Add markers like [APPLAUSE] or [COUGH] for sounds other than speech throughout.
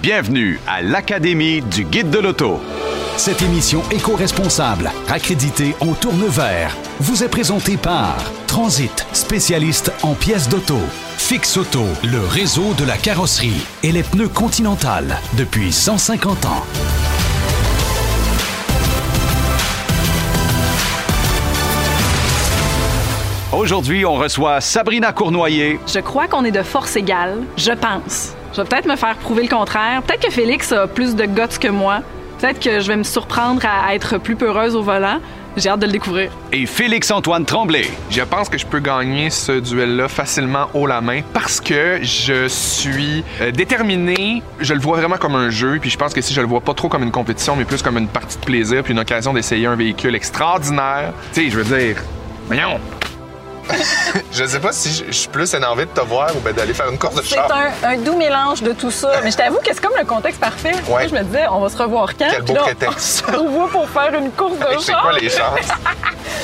Bienvenue à l'Académie du Guide de l'Auto. Cette émission éco-responsable, accréditée en tourne vert, vous est présentée par Transit, spécialiste en pièces d'auto. Fix Auto, le réseau de la carrosserie et les pneus Continental depuis 150 ans. Aujourd'hui, on reçoit Sabrina Cournoyer. Je crois qu'on est de force égale, je pense. Je vais peut-être me faire prouver le contraire. Peut-être que Félix a plus de guts que moi. Peut-être que je vais me surprendre à être plus peureuse au volant. J'ai hâte de le découvrir. Et Félix-Antoine Tremblay. Je pense que je peux gagner ce duel-là facilement haut la main parce que je suis euh, déterminé. Je le vois vraiment comme un jeu, puis je pense que si je le vois pas trop comme une compétition, mais plus comme une partie de plaisir, puis une occasion d'essayer un véhicule extraordinaire. Tu sais, je veux dire, voyons. [LAUGHS] je sais pas si je- je suis plus énervé de te voir ou ben d'aller faire une course de C'est char. un, un doux mélange de tout ça. Mais je t'avoue que c'est comme le contexte parfait. Moi, je me disais, on va se revoir quand? Quel beau Puis là, [LAUGHS] prétexte. On se revoit pour faire une course de C'est char. quoi les chances?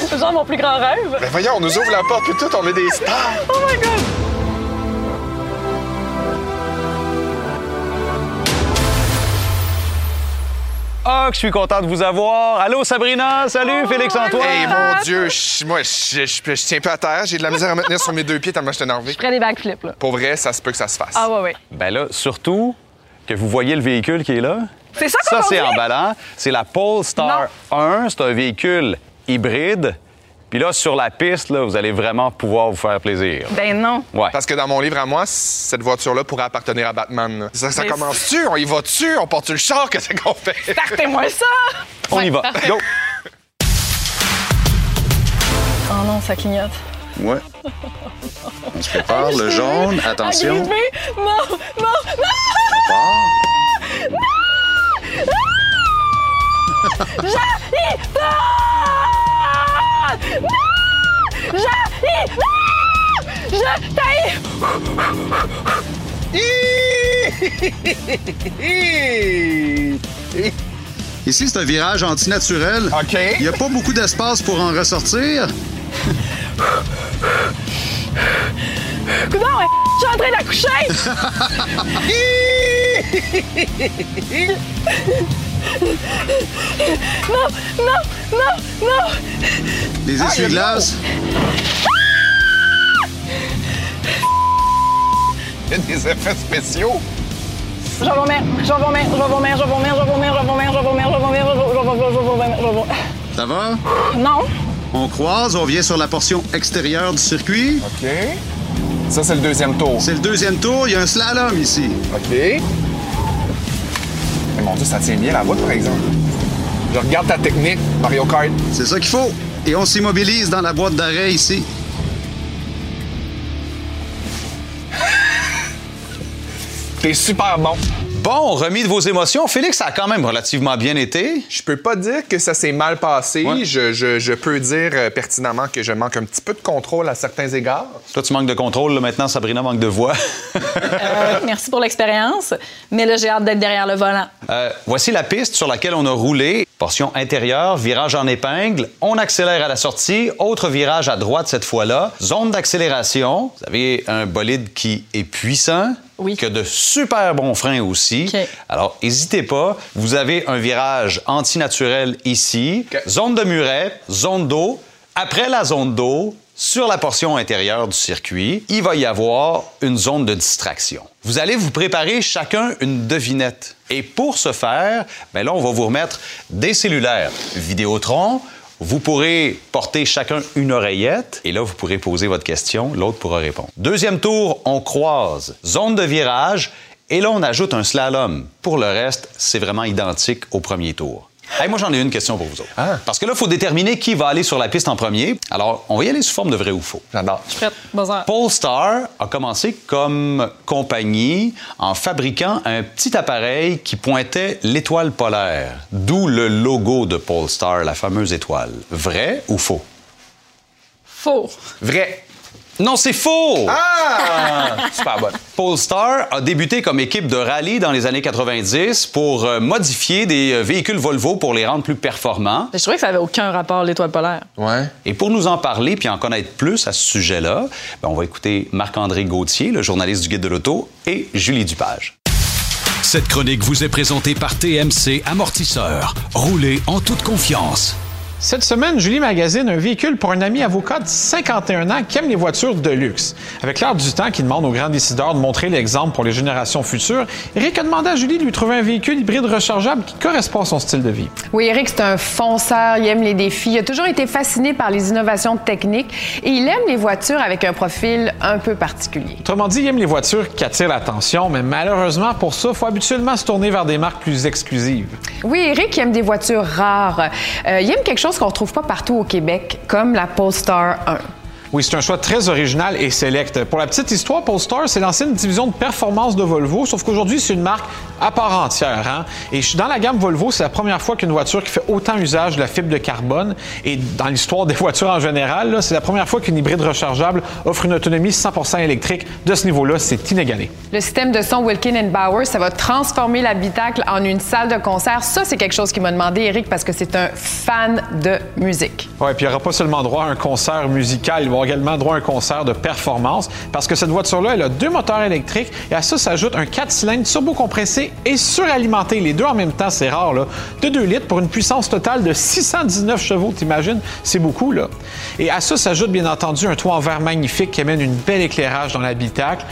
C'est [LAUGHS] genre mon plus grand rêve. Ben voyons, on nous ouvre la porte, puis tout, on est des stars. Oh my God! Ah, que je suis content de vous avoir. Allô, Sabrina. Salut, Félix-Antoine. Oh, Hey, mon Dieu, je- moi, je, je- je tiens pas à terre. J'ai de la misère à me tenir sur mes deux pieds tellement je suis énervé. Je ferais des backflips, là. Pour vrai, ça se peut que ça se fasse. Ah ouais, ouais. Ben là, surtout que vous voyez le véhicule qui est là. C'est ça qu'on Ça, c'est dit? emballant. C'est la Polestar 1. C'est un véhicule hybride. Puis là, sur la piste, là, vous allez vraiment pouvoir vous faire plaisir. Ben non. Ouais. Parce que dans mon livre à moi, cette voiture-là pourrait appartenir à Batman. là. Ça, ça Mais- commence-tu? On y va-tu? On porte-tu le char? Qu'est-ce qu'on fait? Partez-moi ça! On y va. Go. Oh non, ça clignote. Ouais. On se prépare, le jaune, attention. Agrippé. Non, non, non! on part. Ah! Non! J'ai... Ah! Je t'haïs! Ici, c'est un virage antinaturel. OK. Il n'y a pas beaucoup d'espace pour en ressortir. Coudon, je suis en train d'accoucher! non, non, non, non! Les essuie-glaces. Il y a des effets spéciaux. Je vais vomir, je vais vomir, je vais vomir, je vais vomir, je vais vomir, je vais vomir, je vais vomir, je vais vomir, je vais vomir, je vais vomir, je vais vomir, je vais vomir. Ça va? Non, On croise, on vient sur la portion extérieure du circuit. OK. Ça, c'est le deuxième tour. C'est le deuxième tour, il y a un slalom ici. OK. Mais mon Dieu, ça tient bien la route, par exemple. Je regarde ta technique, Mario Kart. C'est ça qu'il faut. Et on s'immobilise dans la boîte d'arrêt ici. T'es super bon. Bon, remis de vos émotions. Félix, ça a quand même relativement bien été. Je peux pas dire que ça s'est mal passé. Ouais. Je, je- je peux dire euh, pertinemment que je manque un petit peu de contrôle à certains égards. Toi, tu manques de contrôle. là. maintenant, Sabrina manque de voix. Euh, merci pour l'expérience, mais là, j'ai hâte d'être derrière le volant. Euh, voici la piste sur laquelle on a roulé. Portion intérieure, virage en épingle. On accélère à la sortie. Autre virage à droite cette fois-là. Zone d'accélération. Vous avez un bolide qui est puissant. Oui. Qui a de super bons freins aussi. OK. Alors, n'hésitez pas. Vous avez un virage antinaturel ici. OK. Zone de muret, zone d'eau. Après la zone d'eau, sur la portion intérieure du circuit, il va y avoir une zone de distraction. Vous allez vous préparer chacun une devinette. Et pour ce faire, ben là, on va vous remettre des cellulaires Vidéotron. Vous pourrez porter chacun une oreillette et là, vous pourrez poser votre question, l'autre pourra répondre. Deuxième tour, on croise, zone de virage et là, on ajoute un slalom. Pour le reste, c'est vraiment identique au premier tour. Hey, moi, j'en ai une question pour vous autres. Ah. Parce que là, il faut déterminer qui va aller sur la piste en premier. Alors, on va y aller sous forme de vrai ou faux. J'adore. Prête, bazar. Polestar a commencé comme compagnie en fabriquant un petit appareil qui pointait l'étoile polaire, d'où le logo de Polestar, la fameuse étoile. Vrai ou faux? Faux. Vrai. Non, c'est Oh. faux! Ah! super bonne. Polestar a débuté comme équipe de rallye dans les années 90 pour euh, modifier des euh, véhicules Volvo pour les rendre plus performants. Je trouvais que ça avait aucun rapport, l'étoile polaire. Ouais. Et pour nous en parler puis en connaître plus à ce sujet-là, ben, on va écouter Marc-André Gauthier, le journaliste du Guide de l'Auto, et Julie Dupage. Cette chronique vous est présentée par TMC Amortisseur. Roulez en toute confiance. Cette semaine, Julie magasine un véhicule pour un ami avocat de 51 ans qui aime les voitures de luxe. Avec l'air du temps qui demande aux grands décideurs de montrer l'exemple pour les générations futures, Eric a demandé à Julie de lui trouver un véhicule hybride rechargeable qui correspond à son style de vie. Oui, Eric, c'est un fonceur, il aime les défis, il a toujours été fasciné par les innovations techniques et il aime les voitures avec un profil un peu particulier. Autrement dit, il aime les voitures qui attirent l'attention, mais malheureusement, pour ça, il faut habituellement se tourner vers des marques plus exclusives. Oui, Eric, il aime des voitures rares. Euh, il aime quelque chose qu'on ne retrouve pas partout au Québec, comme la Polestar 1. Oui, c'est un choix très original et select. Pour la petite histoire, Polestar, c'est l'ancienne division de performance de Volvo, sauf qu'aujourd'hui, c'est une marque à part entière. hein. Et je suis dans la gamme Volvo, c'est la première fois qu'une voiture qui fait autant usage de la fibre de carbone, et dans l'histoire des [LAUGHS] voitures en général, là, c'est la première fois qu'une hybride rechargeable offre une autonomie 100 électrique. De ce niveau-là, c'est inégalé. Le système de son Wilkin Bauer, ça va transformer l'habitacle en une salle de concert. Ça, c'est quelque chose qu'il m'a demandé, Eric, parce que c'est un fan de musique. Oui, puis il n'y aura pas seulement droit à un concert musical, il va y avoir également droit à un concert de performance parce que cette voiture-là, elle a deux moteurs électriques et à ça s'ajoute un 4 cylindres turbo-compressé et suralimenté. Les deux en même temps, c'est rare, là, de 2 litres pour une puissance totale de 619 chevaux, t'imagines? C'est beaucoup, là. Et à ça s'ajoute bien entendu un toit en verre magnifique qui amène une belle éclairage dans l'habitacle.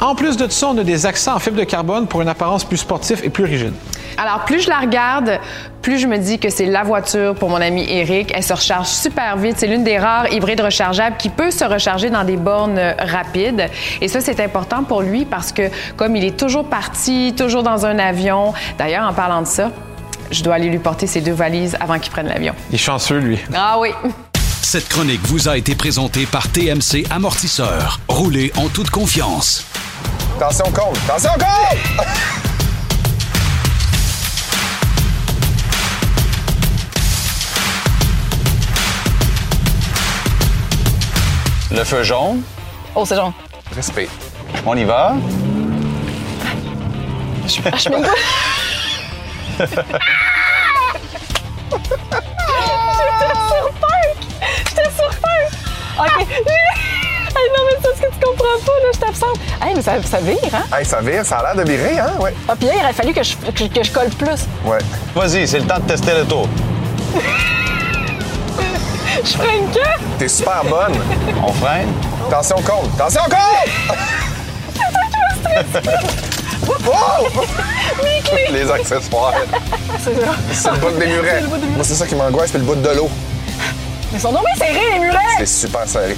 En plus de tout ça, on a des accents en fibre de carbone pour une apparence plus sportive et plus rigide. Alors, plus je la regarde, plus je me dis que c'est la voiture pour mon ami Eric. Elle se recharge super vite. C'est l'une des rares hybrides rechargeables qui peut se recharger dans des bornes rapides. Et ça, c'est important pour lui parce que comme il est toujours parti, toujours dans un avion, d'ailleurs, en parlant de ça, je dois aller lui porter ses deux valises avant qu'il prenne l'avion. Il est chanceux, lui. Ah oui! Cette chronique vous a été présentée par TMC Amortisseur. Roulez en toute confiance. Attention, compte! Attention, [LAUGHS] compte! Le feu jaune, Oh, c'est genre. respect. On y va. [LAUGHS] J'étais sur feu! OK. Hey, non, mais ça, ce que tu comprends pas, là, je t'absente. Hey, mais ça, ça vire, hein? Hey, ça vire, ça a l'air de virer, hein? Ouais. Ah, puis là, il aurait fallu que je, que, je- que je colle plus. Ouais. Vas-y, c'est le temps de tester le tour. Je freine que? T'es super bonne. On freine. Attention, compte! Ah, Attention, [LAUGHS] compte! Wow! Les accessoires. C'est le bout des murets. Moi, c'est ça qui m'angoisse, c'est le bout de l'eau. Mais son nom est serré, les murets! C'est super serré.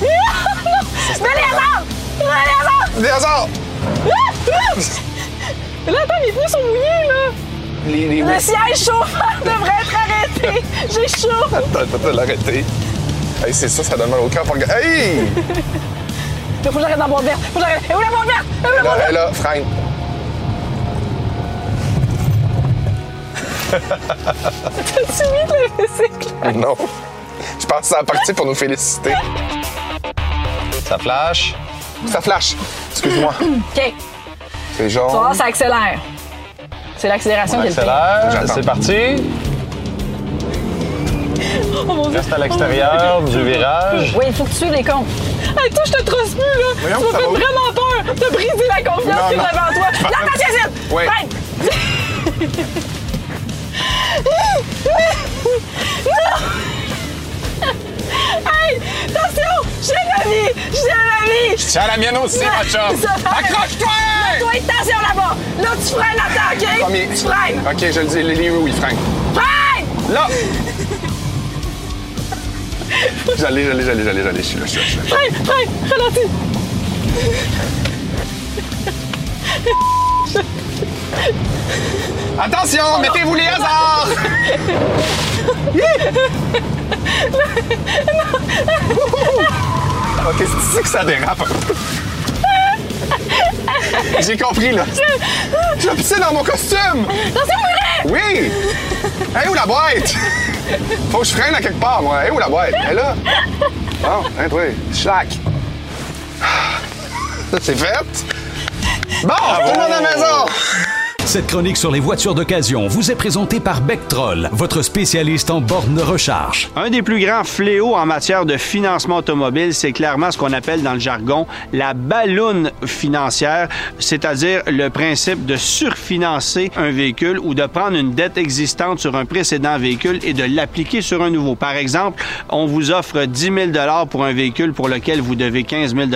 Mais les arbres! Mais les arbres! Dinosaure! Mais là, attends, mes pneus sont mouillés, là! Les, les... Le siège chauffant devrait être arrêté! J'ai chaud! Attends, attends, attends, l'arrêter. Hey, c'est ça, ça donne mal au cœur. Pour... le gars. Hey! Faut que j'arrête dans la boîte verte! Faut que j'arrête! Et où la boîte verte? Et où la Là, boîte là, verte? là, freine. T'as-tu mis de la musique, là? [LAUGHS] Non. Je pense que c'est parti pour nous féliciter. Ça flash. Ça flash. Excuse-moi. OK. C'est Tu vas genre. voir, ça accélère. C'est l'accélération On qui est le pire. accélère. J'attends. C'est parti. Oh, mon Dieu. Reste à l'extérieur du virage. Oui, il faut que tu les comptes. Hey, toi, je te trosse plus, là! Voyons, tu m'as ça fait va. vraiment peur! T'as brisé la confiance Non, que non. j'avais en toi! La patience! Ouais. [LAUGHS] Freine! non! Hey! Attention! J'ai la vie! J'ai la vie! Tiens, la mienne aussi, ma chum. Ça va. Accroche-toi! Toi, attention là-bas! Là, tu freines à temps, OK? Premier. Tu freines! Ok, je le dis, les roues, il freine. Freine! Là! J'allais, j'allais, j'allais, j'allais, j'allais, je suis là, je suis là, je suis là. Freine! Freine! Ralentis! Attention, mettez-vous les hasards! [LAUGHS] ok, c'est ici que ça dérape. J'ai compris, là. Je vais pisser dans mon costume! Oui! Hey, où la boîte? Faut que je freine à quelque part, moi. Hey, où la boîte? Elle est là. Bon, hein, toi. Schlac. C'est fait? Bon, tout le monde à la maison! Cette chronique sur les voitures d'occasion vous est présentée par Bectroll, votre spécialiste en borne recharge. Un des plus grands fléaux en matière de financement automobile, c'est clairement ce qu'on appelle dans le jargon la balloune financière, c'est-à-dire le principe de surfinancer un véhicule ou de prendre une dette existante sur un précédent véhicule et de l'appliquer sur un nouveau. Par exemple, on vous offre 10 000 pour un véhicule pour lequel vous devez 15 000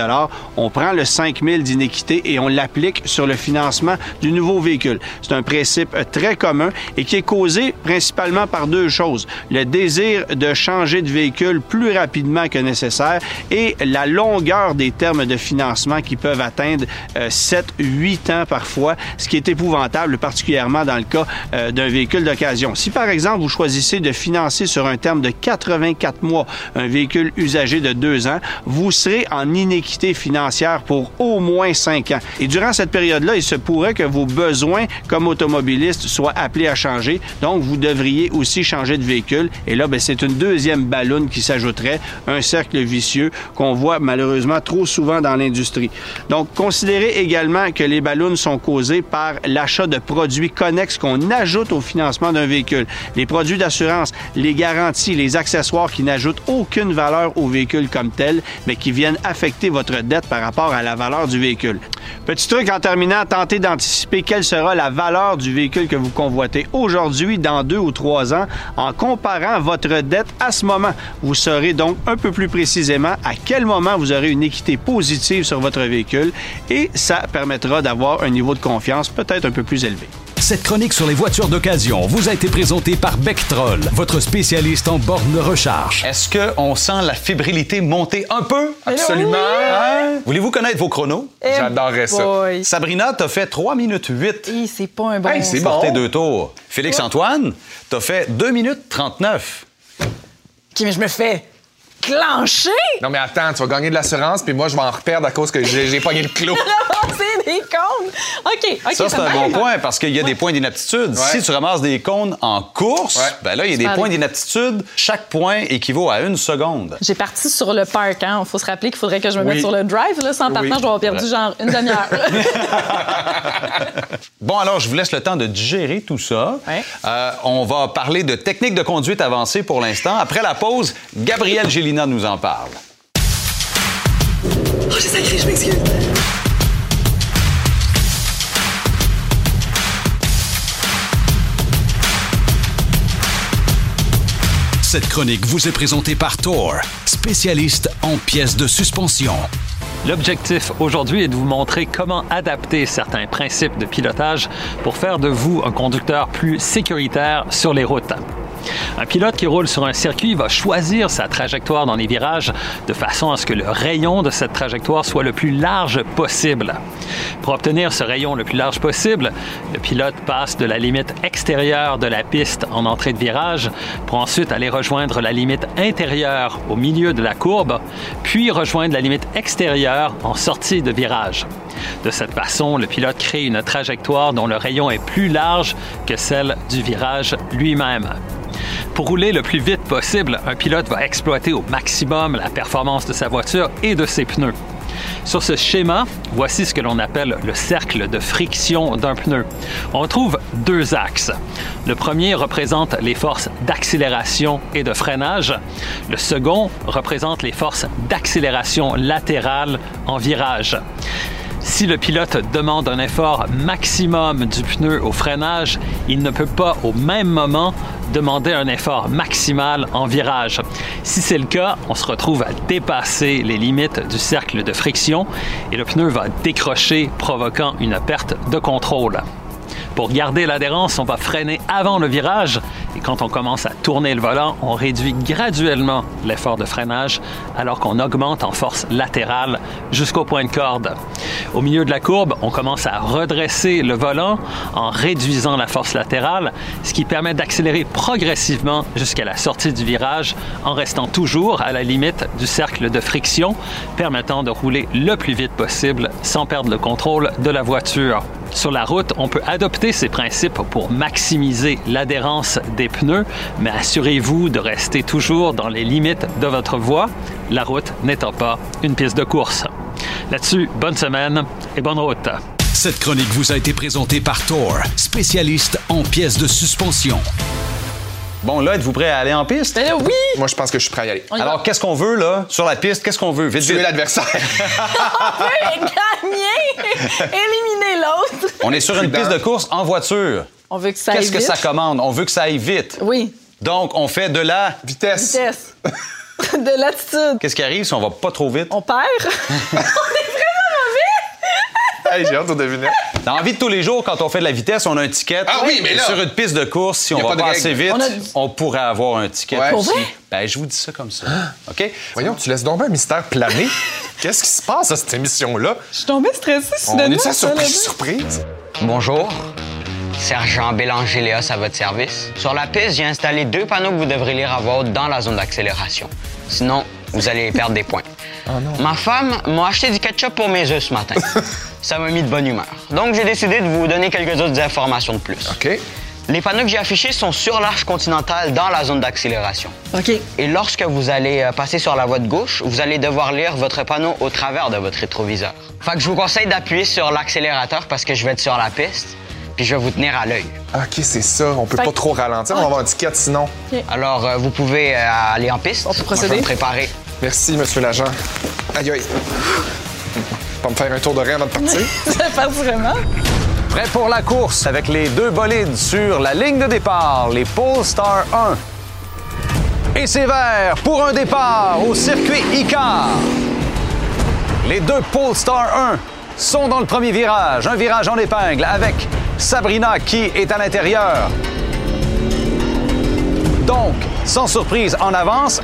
On prend le 5 000 d'inéquité et on l'applique sur le financement du nouveau véhicule. C'est un principe très commun et qui est causé principalement par deux choses. Le désir de changer de véhicule plus rapidement que nécessaire et la longueur des termes de financement qui peuvent atteindre 7-8 ans parfois, ce qui est épouvantable, particulièrement dans le cas euh, d'un véhicule d'occasion. Si par exemple vous choisissez de financer sur un terme de 84 mois un véhicule usagé de 2 ans, vous serez en inéquité financière pour au moins 5 ans. Et durant cette période-là, il se pourrait que vos besoins comme automobiliste soient appelés à changer. Donc, vous devriez aussi changer de véhicule. Et là, ben, c'est une deuxième balloune qui s'ajouterait, un cercle vicieux qu'on voit malheureusement trop souvent dans l'industrie. Donc, considérez également que les ballons sont causés par l'achat de produits connexes qu'on ajoute au financement d'un véhicule. Les produits d'assurance, les garanties, les accessoires qui n'ajoutent aucune valeur au véhicule comme tel, mais qui viennent affecter votre dette par rapport à la valeur du véhicule. Petit truc en terminant, tentez d'anticiper quelle sera la valeur du véhicule que vous convoitez aujourd'hui, dans deux ou trois ans, en comparant votre dette à ce moment. Vous saurez donc un peu plus précisément à quel moment vous aurez une équité positive sur votre véhicule et ça permettra d'avoir un niveau de confiance peut-être un peu plus élevé. Cette chronique sur les voitures d'occasion vous a été présentée par Bectroll, votre spécialiste en borne recharge. Est-ce qu'on sent la fébrilité monter un peu? Absolument. Hein? Voulez-vous connaître vos chronos? J'adorerais ça. Boy. Sabrina, t'as fait 3 minutes 8. Hi, c'est pas un bon. Hey, c'est sens. porté deux tours. Félix-Antoine, t'as fait 2 minutes 39. OK, mais je me fais clencher! Non, mais attends, tu vas gagner de l'assurance, puis moi, je vais en reperdre à cause que j'ai j'ai pogné le [LAUGHS] clou. Ramasser des comptes! OK, OK, Ça, c'est me un bon parle. point parce qu'il y a des points d'inaptitude. Si tu ramasses des cônes en course, Ouais. ben là, il y a des vas points arriver. d'inaptitude. Chaque point équivaut à une seconde. J'ai parti sur le parc, hein. Faut se rappeler qu'il faudrait que je me Oui. mette sur le drive, là. Sans partant, je dois avoir perdu genre une [LAUGHS] demi-heure. Oh, Bon, alors, je vous laisse le temps de digérer tout ça. Ouais. Euh, on va parler de techniques de conduite avancée pour l'instant. Après la pause, Gabriel Gélina nous en parle. oh, j'ai sacré, je [LAUGHS] m'excuse. Cette chronique vous est présentée par Tor, spécialiste en pièces de suspension. L'objectif aujourd'hui est de vous montrer comment adapter certains principes de pilotage pour faire de vous un conducteur plus sécuritaire sur les routes. Un pilote qui roule sur un circuit va choisir sa trajectoire dans les virages de façon à ce que le rayon de cette trajectoire soit le plus large possible. Pour obtenir ce rayon le plus large possible, le pilote passe de la limite extérieure de la piste en entrée de virage pour ensuite aller rejoindre la limite intérieure au milieu de la courbe, puis rejoindre la limite extérieure en sortie de virage. De cette façon, le pilote crée une trajectoire dont le rayon est plus large que celle du virage lui-même. Pour rouler le plus vite possible, un pilote va exploiter au maximum la performance de sa voiture et de ses pneus. Sur ce schéma, voici ce que l'on appelle le cercle de friction d'un pneu. On trouve deux axes. Le premier représente les forces d'accélération et de freinage. Le second représente les forces d'accélération latérale en virage. Si le pilote demande un effort maximum du pneu au freinage, il ne peut pas au même moment demander un effort maximal en virage. Si c'est le cas, on se retrouve à dépasser les limites du cercle de friction et le pneu va décrocher, provoquant une perte de contrôle. Pour garder l'adhérence, on va freiner avant le virage et quand on commence à tourner le volant, on réduit graduellement l'effort de freinage alors qu'on augmente en force latérale jusqu'au point de corde. Au milieu de la courbe, on commence à redresser le volant en réduisant la force latérale, ce qui permet d'accélérer progressivement jusqu'à la sortie du virage en restant toujours à la limite du cercle de friction, permettant de rouler le plus vite possible sans perdre le contrôle de la voiture. Sur la route, on peut adopter ces principes pour maximiser l'adhérence des pneus, mais assurez-vous de rester toujours dans les limites de votre voie, la route n'étant pas une piste de course. Là-dessus, bonne semaine et bonne route. Cette chronique vous a été présentée par Thor, spécialiste en pièces de suspension. Bon, là, êtes-vous prêt à aller en piste? Ben oui! Moi, je pense que je suis prêt à y aller. On y Alors, qu'est-ce qu'on veut, là, sur la piste? Qu'est-ce qu'on veut? Vite, Tuer vite. l'adversaire. peut gagner, éliminer l'autre. On est sur une piste de course en voiture. On veut que ça Qu'est-ce aille que vite. ça commande? On veut que ça aille vite. Oui, Donc, on fait de la... Vitesse. vitesse. [LAUGHS] de l'attitude. Qu'est-ce qui arrive si on va pas trop vite? On perd. [LAUGHS] on est vraiment mauvais. [LAUGHS] Hey, j'ai hâte de deviner. Dans la vie de tous les jours, quand on fait de la vitesse, on a un ticket. Ah oui, mais là- Sur une piste de course, si on a va pas pas, de assez vite, règle. on, On a- pourrait avoir un ticket. Ouais. Pour Ah! aussi. vrai? Ben, je vous dis ça comme ça. OK? Voyons, tu laisses donc bien un mystère planer. Qu'est-ce qui se passe à cette émission-là? Je suis tombée stressée On soudainement. est-tu à sur le hein, surprise, bus. surprise? Bonjour. Sergent Bélanger Léos à votre service. Sur la piste, j'ai installé deux panneaux que vous devrez lire à voix haute dans la zone d'accélération. Sinon, vous allez perdre des points. Ah Ma femme m'a acheté du ketchup pour mes œufs ce [LAUGHS] matin. Ça m'a mis de bonne humeur. Donc, j'ai décidé de vous donner quelques autres informations de plus. OK. Les panneaux que j'ai affichés sont sur l'arche continentale dans la zone d'accélération. OK. Et lorsque vous allez euh, passer sur la voie de gauche, vous allez devoir lire votre panneau au travers de votre rétroviseur. Fait que je vous conseille d'appuyer sur l'accélérateur parce que je vais être sur la piste, puis je vais vous tenir à l'œil. OK, c'est ça. On peut Fait- pas trop ralentir. On va avoir un ticket sinon. Alors, euh, vous pouvez euh, aller en piste. On peut Moi, je vais procéder. me préparer. Merci, monsieur l'agent. Aïe, aïe. Pas me faire un tour de rien avant de [LAUGHS] partir. Ah, Ça passe vraiment. Prêt pour la course avec les deux bolides sur la ligne de départ, les Polestar 1. Et c'est vert pour un départ au circuit Icar. Les deux Polestar 1 sont dans le premier virage, un virage en épingle avec Sabrina qui est à l'intérieur. Donc, sans surprise, en avance.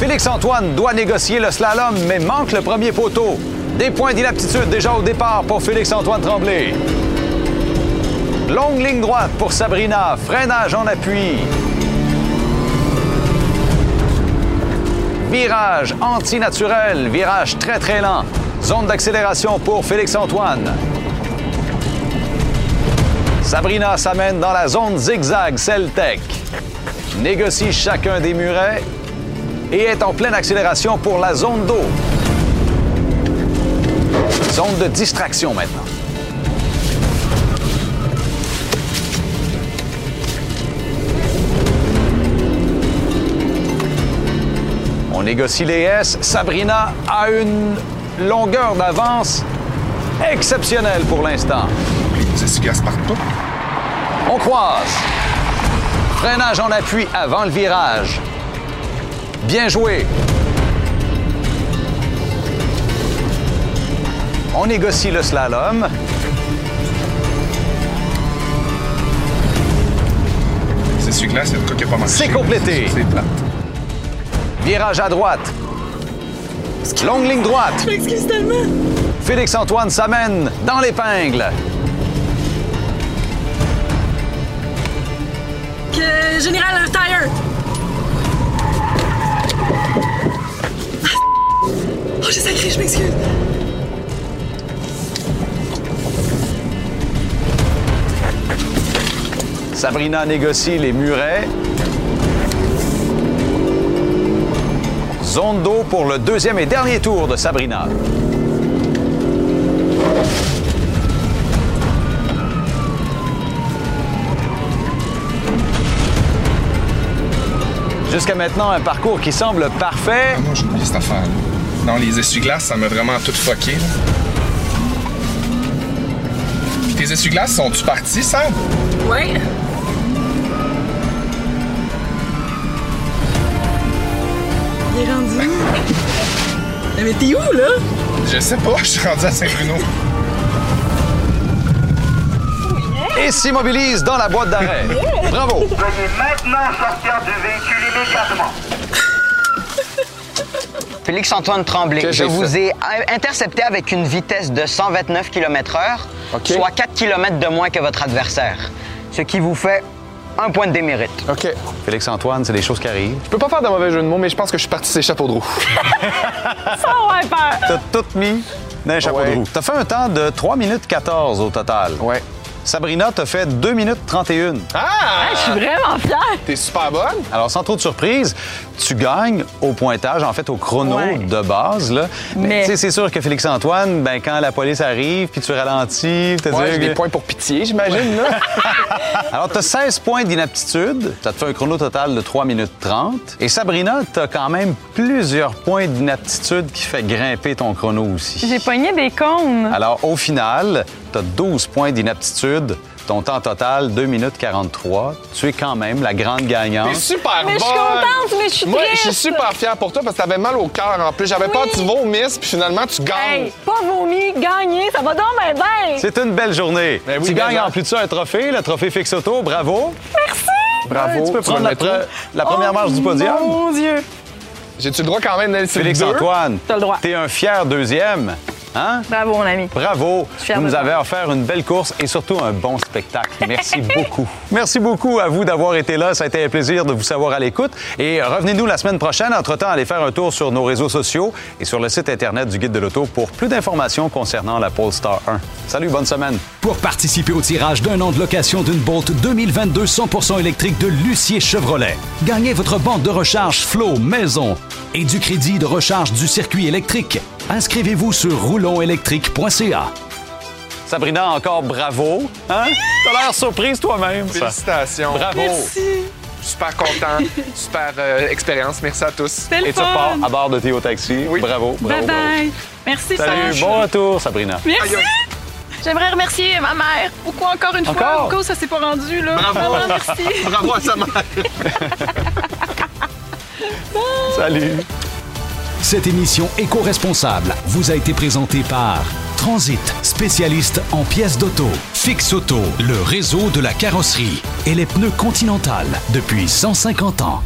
Félix-Antoine doit négocier le slalom, mais manque le premier poteau. Des points d'inaptitude déjà au départ pour Félix-Antoine Tremblay. Longue ligne droite pour Sabrina, freinage en appui. Virage antinaturel, virage très très lent. Zone d'accélération pour Félix-Antoine. Sabrina s'amène dans la zone zigzag Celtec. Négocie chacun des murets et est en pleine accélération pour la zone d'eau. Zone de distraction maintenant. On négocie les S. Sabrina a une longueur d'avance exceptionnelle pour l'instant. C'est ce gaspard pas. On croise. Freinage en appui avant le virage. Bien joué. On négocie le slalom. C'est celui-là, c'est le cas qui a pas marché. C'est complété. C'est plat. Virage à droite. Longue ligne droite. Excuse tellement. Félix-Antoine s'amène dans l'épingle. Que général un tire. Ah, [LAUGHS] Oh, j'ai sacré, je m'excuse. Sabrina négocie les murets. Zone d'eau pour le deuxième et dernier tour de Sabrina. Jusqu'à maintenant, un parcours qui semble parfait. Ah, Moi, j'ai oublié cette affaire. là. Non, les essuie-glaces, ça m'a vraiment tout fucké. là. Puis tes essuie-glaces, sont-tu partis, Sam? Ouais. Il est [LAUGHS] rendu où? Mais t'es où, là? Je sais pas, [LAUGHS] je suis rendu à Saint-Bruno. Et s'immobilise dans la boîte d'arrêt. Bravo! Veuillez maintenant sortir du véhicule immédiatement. Félix-Antoine Tremblay, Que je j'ai vous fait. ai in- intercepté avec une vitesse de 129 km/h, OK. soit 4 km de moins que votre adversaire, ce qui vous fait un point de démérite. OK. Félix-Antoine, c'est des choses qui arrivent. Je peux pas faire de mauvais jeu de mots, mais je pense que je suis parti ces chapeaux de roue. Oh, ouais, peur. T'as tout mis dans un chapeau Ouais. de roue. T'as fait un temps de 3 minutes 14 au total. Ouais. Sabrina, t'as fait 2 minutes 31. Ah! Je suis vraiment fière. T'es super bonne. Alors, sans trop de surprise, tu gagnes au pointage, en fait, au chrono Ouais. de base. Là. Mais, Mais- tu sais, c'est sûr que Félix-Antoine, ben, quand la police arrive, puis tu ralentis, t'as Ouais, j'ai des points pour pitié, j'imagine. [LAUGHS] Alors, tu as 16 points d'inaptitude. Ça te fait un chrono total de 3 minutes 30. Et Sabrina, tu as quand même plusieurs points d'inaptitude qui fait grimper ton chrono aussi. J'ai pogné des cônes. Alors, au final, tu as 12 points d'inaptitude. Ton temps total, 2 minutes 43. Tu es quand même la grande gagnante. T'es super Mais je suis bonne. contente, mais je suis Moi, je suis triste. super fier pour toi parce que t'avais mal au cœur en plus. J'avais peur que tu vomisses, puis finalement, tu gagnes. Hey, pas vomi, gagné, ça va donc ben bien. C'est une belle journée. tu ben gagnes ça. en plus de ça un trophée, le trophée Fix Auto. Bravo. Merci. Bravo. tu peux Tu prendre vas la, le mettre pre- la première marche du podium. Mon Dieu. J'ai-tu le droit quand même d'aller sur le deux? Félix-Antoine, t'es un fier deuxième. Hein? Bravo, mon ami. Bravo. suis fière Vous de nous toi. avez offert une belle course et surtout un bon spectacle. Merci beaucoup. Merci beaucoup à vous d'avoir été là. Ça a été un plaisir de vous savoir à l'écoute. Et revenez-nous la semaine prochaine. Entre-temps, allez faire un tour sur nos réseaux sociaux et sur le site Internet du Guide de l'Auto pour plus d'informations concernant la Polestar 1. Salut, bonne semaine. Pour participer au tirage d'un an de location d'une Bolt 2022 100% électrique de Lucier Chevrolet, gagnez votre banque de recharge Flow Maison et du crédit de recharge du circuit électrique. Inscrivez-vous sur roulonélectrique.ca. Sabrina, encore bravo. Hein? T'as l'air surprise toi-même. Félicitations. Bravo. Merci. [LAUGHS] Super content. Super euh, expérience. Merci à tous. C'était le Et tu repars à bord de Théo Taxi. Bravo, bravo. Bye bye. Merci, Salut, Serge. bon retour, Sabrina. Merci. J'aimerais remercier ma mère. Pourquoi encore une fois, Encore? Hugo, ça s'est pas rendu, là. Vraiment, [LAUGHS] merci. Bravo à sa mère. Salut. Cette émission éco-responsable vous a été présentée par Transit, spécialiste en pièces d'auto, Fix Auto, le réseau de la carrosserie et les pneus Continental depuis 150 ans.